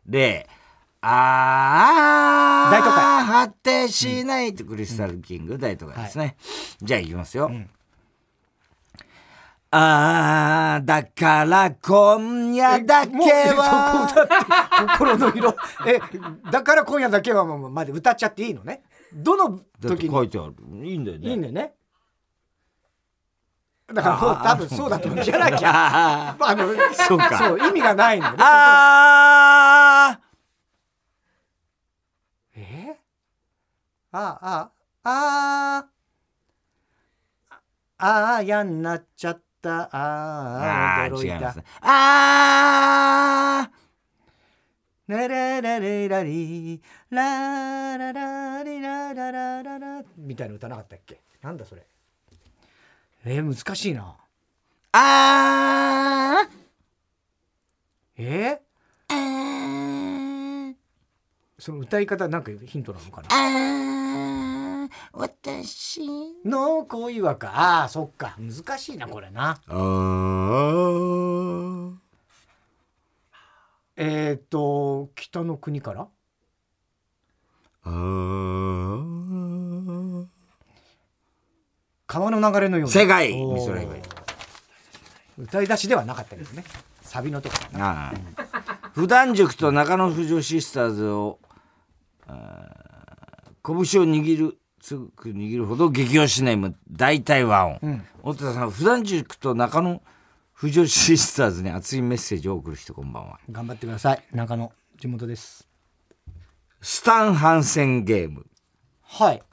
[SPEAKER 2] で「あー」
[SPEAKER 1] 大都会
[SPEAKER 2] 果てしないとクリスタルキング大都会ですね。じゃあいきますよ。あーだから今夜だけ
[SPEAKER 1] もう
[SPEAKER 2] は
[SPEAKER 1] そこだって心の色えだから今夜だけはもうまで歌っちゃっていいのねどの
[SPEAKER 2] だって
[SPEAKER 1] 時
[SPEAKER 2] 書
[SPEAKER 1] に
[SPEAKER 2] いてあるいいんだよね。
[SPEAKER 1] いいのよねだからもう多分そうだと思うじゃなきゃ
[SPEAKER 2] あ
[SPEAKER 1] あの
[SPEAKER 2] そうか
[SPEAKER 1] そう意味がないのよね
[SPEAKER 2] ー あー
[SPEAKER 1] えあああああやんなっちゃったあ
[SPEAKER 2] あ
[SPEAKER 1] あ
[SPEAKER 2] ー
[SPEAKER 1] 驚い
[SPEAKER 2] 違いま
[SPEAKER 1] た
[SPEAKER 2] すねあ
[SPEAKER 1] ラララララリラララリラララララみたいな歌なかったっけなんだそれえー、難しいな
[SPEAKER 2] ーあー
[SPEAKER 1] え
[SPEAKER 2] あー
[SPEAKER 1] ー、その歌い方なんかヒントなのかな
[SPEAKER 2] あー私
[SPEAKER 1] の恋はかああそっか難しいなこれな
[SPEAKER 2] あー
[SPEAKER 1] えー、っと北の国から
[SPEAKER 2] あー
[SPEAKER 1] 川の流れのように
[SPEAKER 2] 正解
[SPEAKER 1] おー
[SPEAKER 2] 美空ひばり
[SPEAKER 1] 歌い出しではなかったけどねサビのとこ
[SPEAKER 2] ああ普段塾と中野婦女シスターズをあー拳を握るつく握るほど激推しネーム大体和音、太田さん普段塾と中野婦女シスターズに熱いメッセージを送る人こんばんは
[SPEAKER 1] 頑張ってください中野地元です
[SPEAKER 2] スタンハンセンゲーム
[SPEAKER 1] はい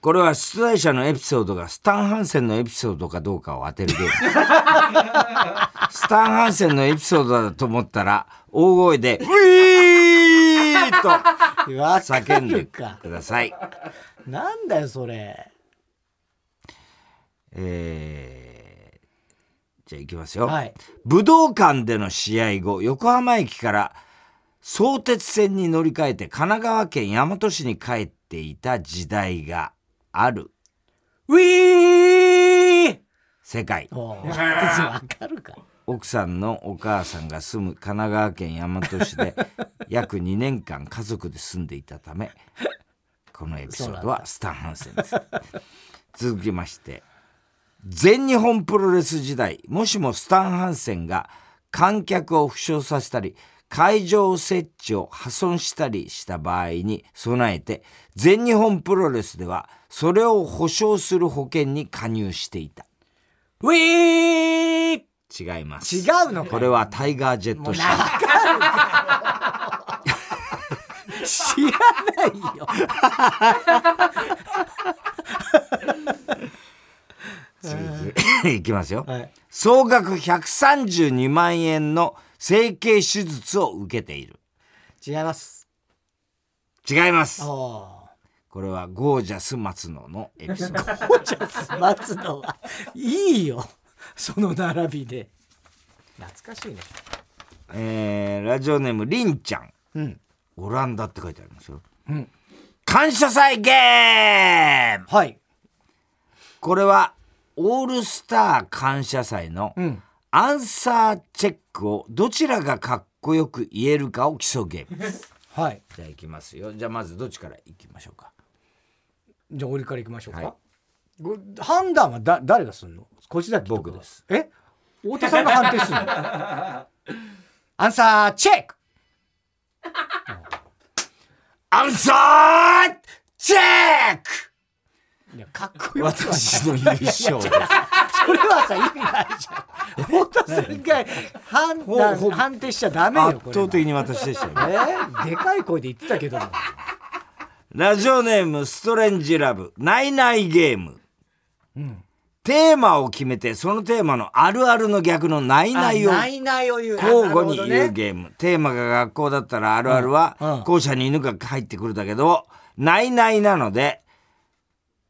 [SPEAKER 2] これは出題者のエピソードがスタン・ハンセンのエピソードかどうかを当てるゲームスタン・ハンセンのエピソードだと思ったら大声で「ウィー!」と
[SPEAKER 1] わか
[SPEAKER 2] 叫んで
[SPEAKER 1] るか
[SPEAKER 2] ください。
[SPEAKER 1] なんだよそれ
[SPEAKER 2] えーじゃあ行きますよ、
[SPEAKER 1] はい
[SPEAKER 2] 武道館での試合後横浜駅から相鉄線に乗り換えて神奈川県大和市に帰っていた時代がある
[SPEAKER 1] ウィー
[SPEAKER 2] 世界
[SPEAKER 1] おーわかるか
[SPEAKER 2] 奥さんのお母さんが住む神奈川県大和市 で約2年間家族で住んでいたためこのエピソードはスタン・ハンセンです続きまして全日本プロレス時代もしもスタン・ハンセンが観客を負傷させたり会場設置を破損したりした場合に備えて全日本プロレスではそれを保証する保険に加入していた
[SPEAKER 1] ウィー
[SPEAKER 2] 違います
[SPEAKER 1] 違うの
[SPEAKER 2] こ
[SPEAKER 1] これ
[SPEAKER 2] れはタイガージェット社
[SPEAKER 1] 知らないよ
[SPEAKER 2] 次いきますよ、
[SPEAKER 1] はい
[SPEAKER 2] 総額132万円の整形手術を受けている
[SPEAKER 1] 違います
[SPEAKER 2] 違います
[SPEAKER 1] おー
[SPEAKER 2] これはゴージャス松野のエピソード
[SPEAKER 1] ゴージャス松野はいいよその並びで懐かしいね
[SPEAKER 2] えーラジオネームりんちゃん
[SPEAKER 1] うん
[SPEAKER 2] オランダって書いてありますよ、
[SPEAKER 1] うん
[SPEAKER 2] 感謝祭ゲーム
[SPEAKER 1] はい
[SPEAKER 2] これはオールスター感謝祭の
[SPEAKER 1] うん
[SPEAKER 2] アンサーチェックをどちらがかっこよく言えるかを競うゲームです
[SPEAKER 1] はい
[SPEAKER 2] じゃあいきますよじゃあまずどっちからいきましょうか
[SPEAKER 1] じゃあ俺からいきましょうか、
[SPEAKER 2] はい
[SPEAKER 1] ご判断はだ誰がすんの小崎とか
[SPEAKER 2] 僕です
[SPEAKER 1] え太田さんが判 定するのアンサーチェック
[SPEAKER 2] アンサーチェック
[SPEAKER 1] いやかっこよくはない
[SPEAKER 2] 私の優 勝です。
[SPEAKER 1] それはさ意味ないじゃん太田さん以外判断
[SPEAKER 2] ほぼ
[SPEAKER 1] 判定しちゃダメよ
[SPEAKER 2] 圧
[SPEAKER 1] これ
[SPEAKER 2] 倒
[SPEAKER 1] は
[SPEAKER 2] 的に私でしたよね。
[SPEAKER 1] えー、でかい声で言ってたけども
[SPEAKER 2] ラジオネームストレンジラブ、ないないゲーム。テーマを決めて、そのテーマのあるあるの逆のない
[SPEAKER 1] あ
[SPEAKER 2] ないを
[SPEAKER 1] ないないを言う
[SPEAKER 2] 交互に言う
[SPEAKER 1] ゲ
[SPEAKER 2] ゲーム。テーマが学校だったらあるあるは、
[SPEAKER 1] うんうん
[SPEAKER 2] 校舎に犬が入ってくるだけど、ないないなので、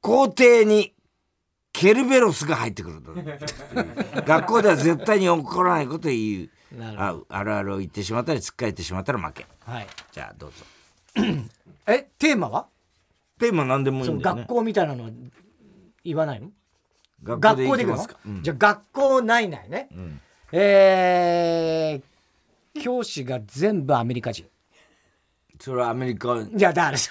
[SPEAKER 2] 校庭にケルベロスが入ってくるの 学校では絶対に起こらないことを言う。
[SPEAKER 1] ームなるほ
[SPEAKER 2] ああるあるを言ってしまったりつっかえてしまったら負け
[SPEAKER 1] どはい
[SPEAKER 2] じゃあどうぞ
[SPEAKER 1] えテーマは
[SPEAKER 2] テーマ何でもいい
[SPEAKER 1] その
[SPEAKER 2] んだよね
[SPEAKER 1] 学校みたいなの言わないの
[SPEAKER 2] 学
[SPEAKER 1] 学校で
[SPEAKER 2] 行
[SPEAKER 1] 行
[SPEAKER 2] き
[SPEAKER 1] く
[SPEAKER 2] ま
[SPEAKER 1] の
[SPEAKER 2] すか、うん
[SPEAKER 1] じゃあ学校ないないね、
[SPEAKER 2] ん
[SPEAKER 1] えー、教師が全部アメリカ人
[SPEAKER 2] それはアメリカの
[SPEAKER 1] いやだからそ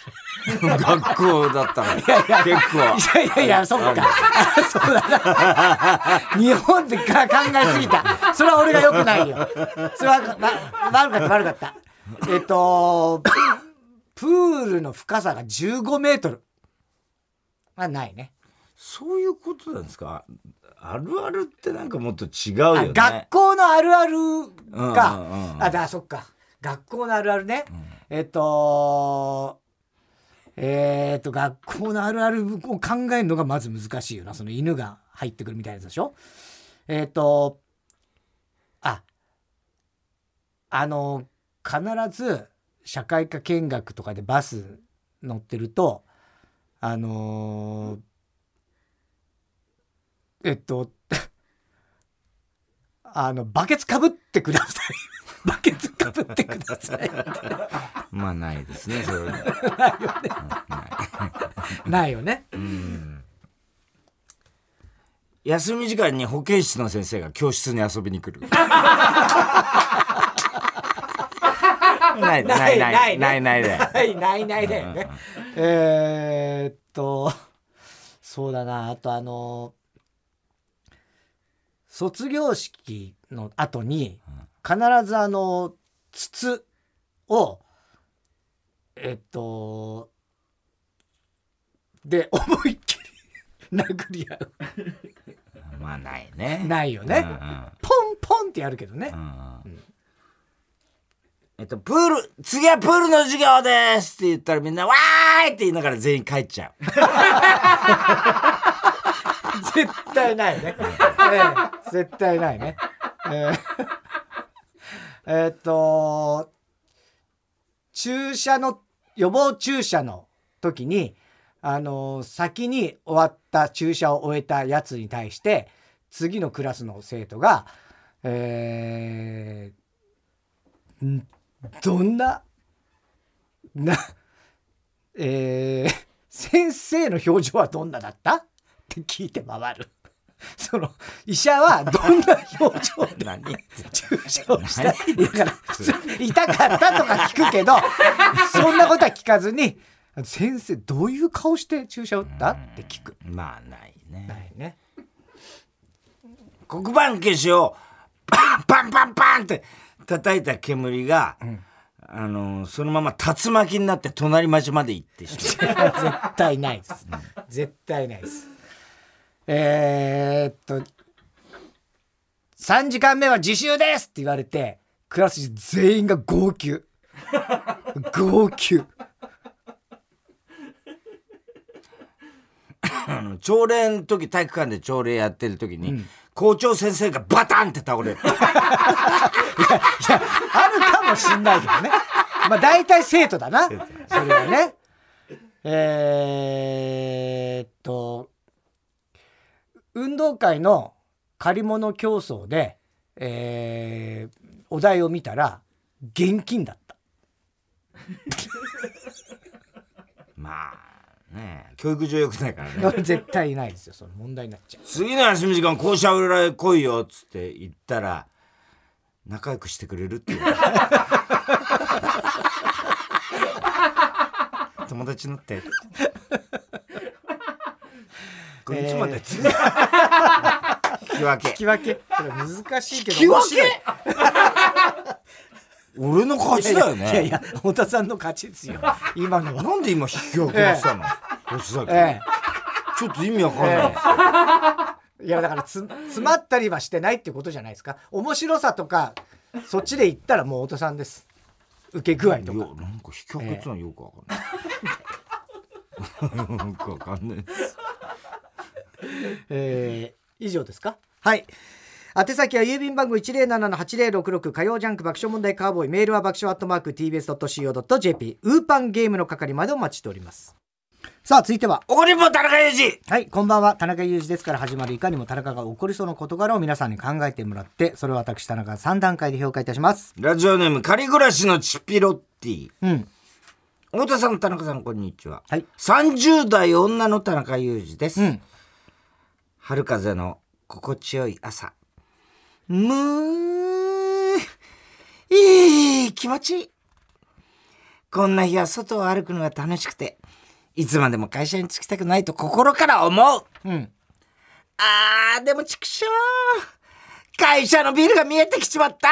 [SPEAKER 2] 学校だったら結構
[SPEAKER 1] れいやいやいやそっかあ そうだな日本でか考えすぎたそれは俺がよくないよそれは、ま、悪かった悪かったえっとプールの深さが15メートルはないね
[SPEAKER 2] そういうことなんですかあるあるってなんかもっと違うよ
[SPEAKER 1] あ
[SPEAKER 2] ね
[SPEAKER 1] 学校のあるある
[SPEAKER 2] うんうんうんう
[SPEAKER 1] か
[SPEAKER 2] ん
[SPEAKER 1] あだそっか学校のあるあるねえっとえー、と学校のあるあるを考えるのがまず難しいよなその犬が入ってくるみたいなやつでしょえっ、とああの必ず社会科見学とかでバス乗ってるとあのーえっとあのバケツかぶってください バケツかぶってください
[SPEAKER 2] まあないですねそれは
[SPEAKER 1] ないよね
[SPEAKER 2] うん休み時間に保健室の先生が教室に遊びに来るないないないないないない
[SPEAKER 1] ないないないだよね。えーっとそうだなあとあの卒業式の後に必ずあの筒をえっとで思いっきり 殴り合う
[SPEAKER 2] まあないね
[SPEAKER 1] ないよ
[SPEAKER 2] うん
[SPEAKER 1] ね
[SPEAKER 2] うん
[SPEAKER 1] ポンポンってやるけどね
[SPEAKER 2] うんえっと、プール、次はプールの授業ですって言ったらみんな、わーいって言いながら全員帰っちゃう。
[SPEAKER 1] 絶対ないね。ええ絶対ないね。えええーっと、注射の、予防注射の時に、あの、先に終わった注射を終えたやつに対して、次のクラスの生徒が、えーんどんな、な、えー先生の表情はどんなだったって聞いて回る。その医者はどんな表情 で
[SPEAKER 2] 何
[SPEAKER 1] 注射をしただから普通痛かったとか聞くけどそんなことは聞かずに「先生どういう顔して注射打った?」って聞く。
[SPEAKER 2] まあないね。
[SPEAKER 1] ないね。
[SPEAKER 2] 黒板消しを、パンパンパンパンって叩いた煙が、あの、そのまま竜巻になって隣町まで行ってしまう。
[SPEAKER 1] 絶対ないです。絶対ないです。えーっと、3時間目は自習ですって言われて、クラス中全員が号泣。号泣。
[SPEAKER 2] あの、朝礼の時、体育館で朝礼やってる時に、校長先生がバタンって倒れる。
[SPEAKER 1] あるかもしんないけどね。まあ大体生徒だな。それはね。えーっと、運動会の借り物競争で、えーお題を見たら、現金だった。
[SPEAKER 2] まあ、ね教育上良くないからね。
[SPEAKER 1] 絶対ないですよ。その問題になっちゃう。
[SPEAKER 2] 次の休み時間校舎裏へ来いよっつって言ったら仲良くしてくれるって いう友達にな ってこれいつまで続く、 引き分
[SPEAKER 1] 引
[SPEAKER 2] け
[SPEAKER 1] き分け。これ難しいけど。
[SPEAKER 2] 引き分け
[SPEAKER 1] 面白い
[SPEAKER 2] 俺の勝ちだよ
[SPEAKER 1] いやい
[SPEAKER 2] ね
[SPEAKER 1] や、本田さんの勝ちですよ。今のは。
[SPEAKER 2] なんで今引き分けをしたの、こっちだけど、
[SPEAKER 1] え
[SPEAKER 2] ちょっと意味わかんないですよ、
[SPEAKER 1] え。いや、だからつ、詰まったりはしてないってことじゃないですか。面白さとか、そっちで言ったらもう本田さんです。受け具合と
[SPEAKER 2] いや
[SPEAKER 1] か。
[SPEAKER 2] なんか引き分けっつうのはよくわかん ない、よくわかんないです
[SPEAKER 1] えー以上ですかはい宛先は郵便番号107-8066火曜ジャンク爆笑問題カーボーイメールは爆笑アットマーク TBS.CO.JP ウーパンゲームの係までお待ちしておりますさあ続いては
[SPEAKER 2] おこりんぼ田中裕二
[SPEAKER 1] はい、こんばんは。田中裕二ですから始まるいかにも田中が起こりそうな事柄を皆さんに考えてもらって、それを私田中が3段階で評価いたします。
[SPEAKER 2] ラジオネーム、仮暮らしのチピロッティ。
[SPEAKER 1] うん。
[SPEAKER 2] 太田さん、田中さん、こんにちは。
[SPEAKER 1] はい
[SPEAKER 2] 30代女の田中裕二です。
[SPEAKER 1] うん。
[SPEAKER 2] 春風の心地よい朝。むー、いい気持ちいい。こんな日は外を歩くのが楽しくて、いつまでも会社に着きたくないと心から思う。
[SPEAKER 1] うん。
[SPEAKER 2] あー、でも畜生。会社のビルが見えてきちま った。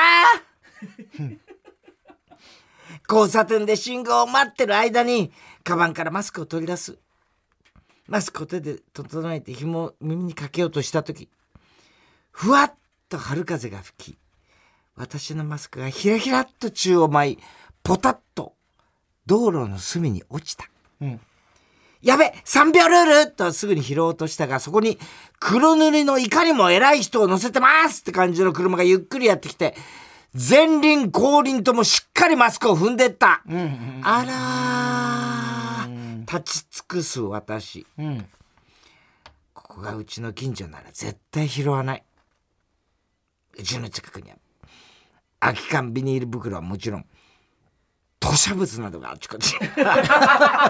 [SPEAKER 2] 交差点で信号を待ってる間に、カバンからマスクを取り出す。マスクを手で整えて紐を耳にかけようとした時ふわっと春風が吹き、私のマスクがひらひらっと宙を舞い、ポタッと道路の隅に落ちた。
[SPEAKER 1] うん。
[SPEAKER 2] やべ、3秒ルールとすぐに拾おうとしたが、そこに黒塗りのいかにも偉い人を乗せてますって感じの車がゆっくりやってきて、前輪後輪ともしっかりマスクを踏んでった。あらー、立ち尽くす私。
[SPEAKER 1] うん。
[SPEAKER 2] ここがうちの近所なら絶対拾わない。うちの近くには空き缶ビニール袋はもちろん、吐砂物などがあちこち。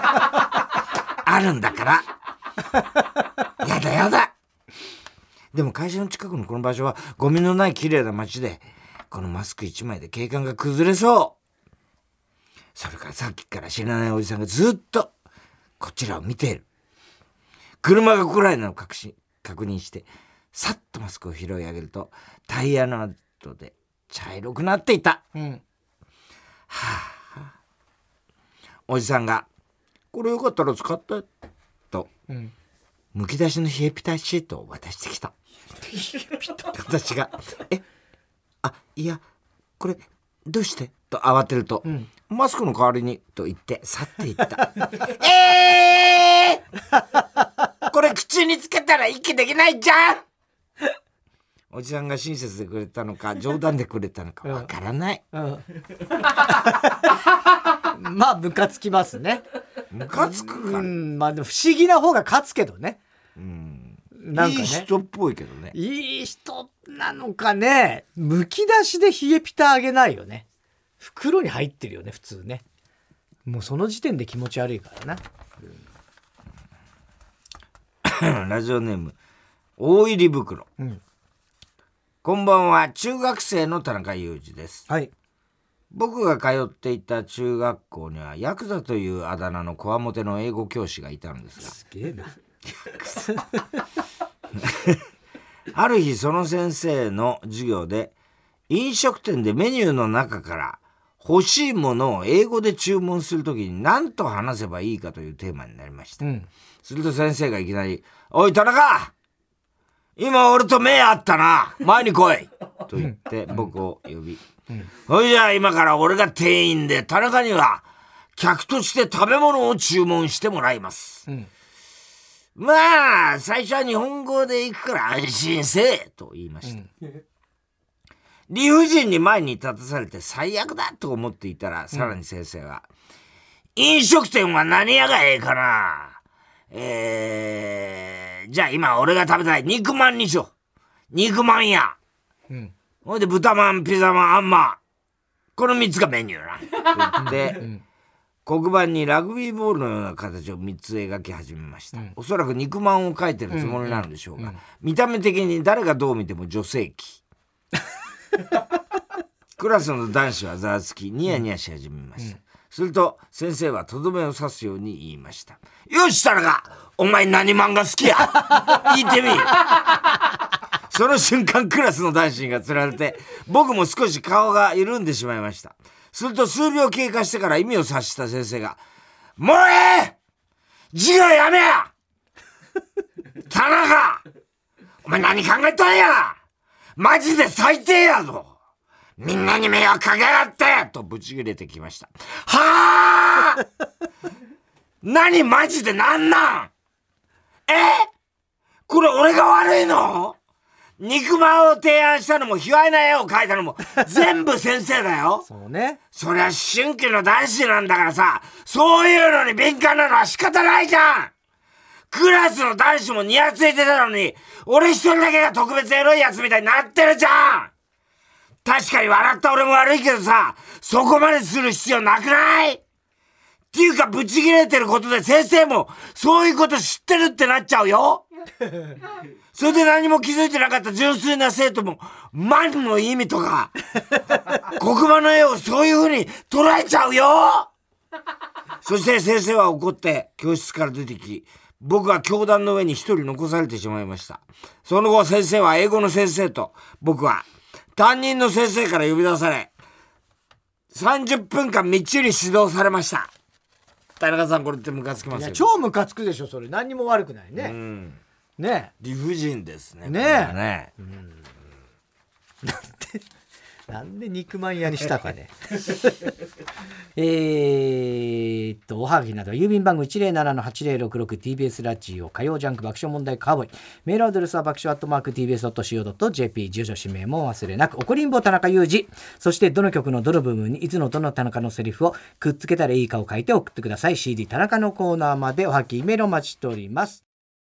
[SPEAKER 2] あるんだから。やだやだ。でも会社の近くのこの場所はゴミのない綺麗な街で、このマスク一枚で景観が崩れそう。それからさっきから知らないおじさんがずっとこちらを見ている。車が来ないのを確信確認してさっとマスクを拾い上げるとタイヤの跡で茶色くなっていた
[SPEAKER 1] うん。
[SPEAKER 2] おじさんが「これよかったら使って」と
[SPEAKER 1] うん。
[SPEAKER 2] むき出しの冷えピタシートを渡してきた私が「えあいやこれどうして?」と慌てると、マスクの代わりに」と言って去っていった 「えー、これ口につけたら息できないじゃん!」おじさんが親切でくれたのか冗談でくれたのかわからない
[SPEAKER 1] うん。 まあ、ムカつきますね。
[SPEAKER 2] ムカつく
[SPEAKER 1] う
[SPEAKER 2] か、
[SPEAKER 1] ん。まあ、でも不思議な方が勝つけどね。うん。なん
[SPEAKER 2] い
[SPEAKER 1] か
[SPEAKER 2] い
[SPEAKER 1] ね。
[SPEAKER 2] 人っぽいけどね
[SPEAKER 1] いい人なのかね。むき出しで冷えピタあげないよね。袋に入ってるよね、普通ね。もうその時点で気持ち悪いからな。
[SPEAKER 2] ラジオネーム大入り袋、
[SPEAKER 1] ん
[SPEAKER 2] こんばんは中学生の田中裕二です
[SPEAKER 1] はい。
[SPEAKER 2] 僕が通っていた中学校にはヤクザというあだ名のこわもての英語教師がいたのです
[SPEAKER 1] すげえな。
[SPEAKER 2] がある日その先生の授業で飲食店でメニューの中から欲しいものを英語で注文するときに何と話せばいいかというテーマになりました、
[SPEAKER 1] うん。
[SPEAKER 2] すると先生がいきなり、おい、田中今俺と目合ったな前に来いと言って僕を呼び、それじゃあ今から俺が店員で、田中には客として食べ物を注文してもらいます。
[SPEAKER 1] うん
[SPEAKER 2] まあ、最初は日本語で行くから安心せえと言いました。理不尽に前に立たされて最悪だと思っていたら、さらに先生は、飲食店は何屋がええかなえー、じゃあ今俺が食べたい肉まんにしよう。肉まんや。
[SPEAKER 1] うん。
[SPEAKER 2] ほいで豚まん、ピザまん、あんまん。この3つがメニューな。と言って、黒板にラグビーボールのような形を3つ描き始めました。おそらく肉まんを描いてるつもりなのでしょうが、見た目的に誰がどう見ても女性器。 クラスの男子はざわつきニヤニヤし始めました、すると先生はとどめを刺すように言いました「よし田中お前何漫画好きや 言ってみい」その瞬間クラスの男子にがつられて僕も少し顔が緩んでしまいましたすると数秒経過してから意味を察した先生が「もうええ授業やめや田中お前何考えたんやマジで最低やぞみんなに迷惑かけやがってとぶち切れてきました。はあ何マジでなんなんえこれ俺が悪いの肉まんを提案したのも卑猥な絵を描いたのも全部先生だよ
[SPEAKER 1] そうね。
[SPEAKER 2] そりゃ春季の男子なんだからさ、そういうのに敏感なのは仕方ないじゃんクラスの男子もニヤついてたのに、俺一人だけが特別エロいやつみたいになってるじゃん確かに笑った俺も悪いけどさ、そこまでする必要なくないっていうか、ブチ切れてることで先生も、そういうこと知ってるってなっちゃうよそれで何も気づいてなかった純粋な生徒も、マンの意味とか、 黒板の絵をそういう風に捉えちゃうよ そして先生は怒って教室から出てき、僕は教壇の上に一人残されてしまいました。その後先生は英語の先生と、僕は担任の先生から呼び出され、30分間みっちり指導されました。田中さんこれってムカつきま
[SPEAKER 1] い
[SPEAKER 2] す
[SPEAKER 1] や、
[SPEAKER 2] よ。
[SPEAKER 1] 超ムカつくでしょ、それ。何にも悪くないね。
[SPEAKER 2] うん
[SPEAKER 1] ね
[SPEAKER 2] 理不尽ですね。
[SPEAKER 1] ねえ
[SPEAKER 2] これはね
[SPEAKER 1] なんで肉まん屋にしたかね。 えーっと、おはぎなど、郵便番号 107-8066TBS ラジオ、火曜ジャンク爆笑問題カーボーイ。メールアドレスは爆笑アットマーク TBS.CO.JP、住所氏名も忘れなく、怒りんぼ田中裕二。そして、どの曲のどの部分に、いつのどの田中のセリフをくっつけたらいいかを書いて送ってください。CD 田中のコーナーまでおはぎメールお待ちしております。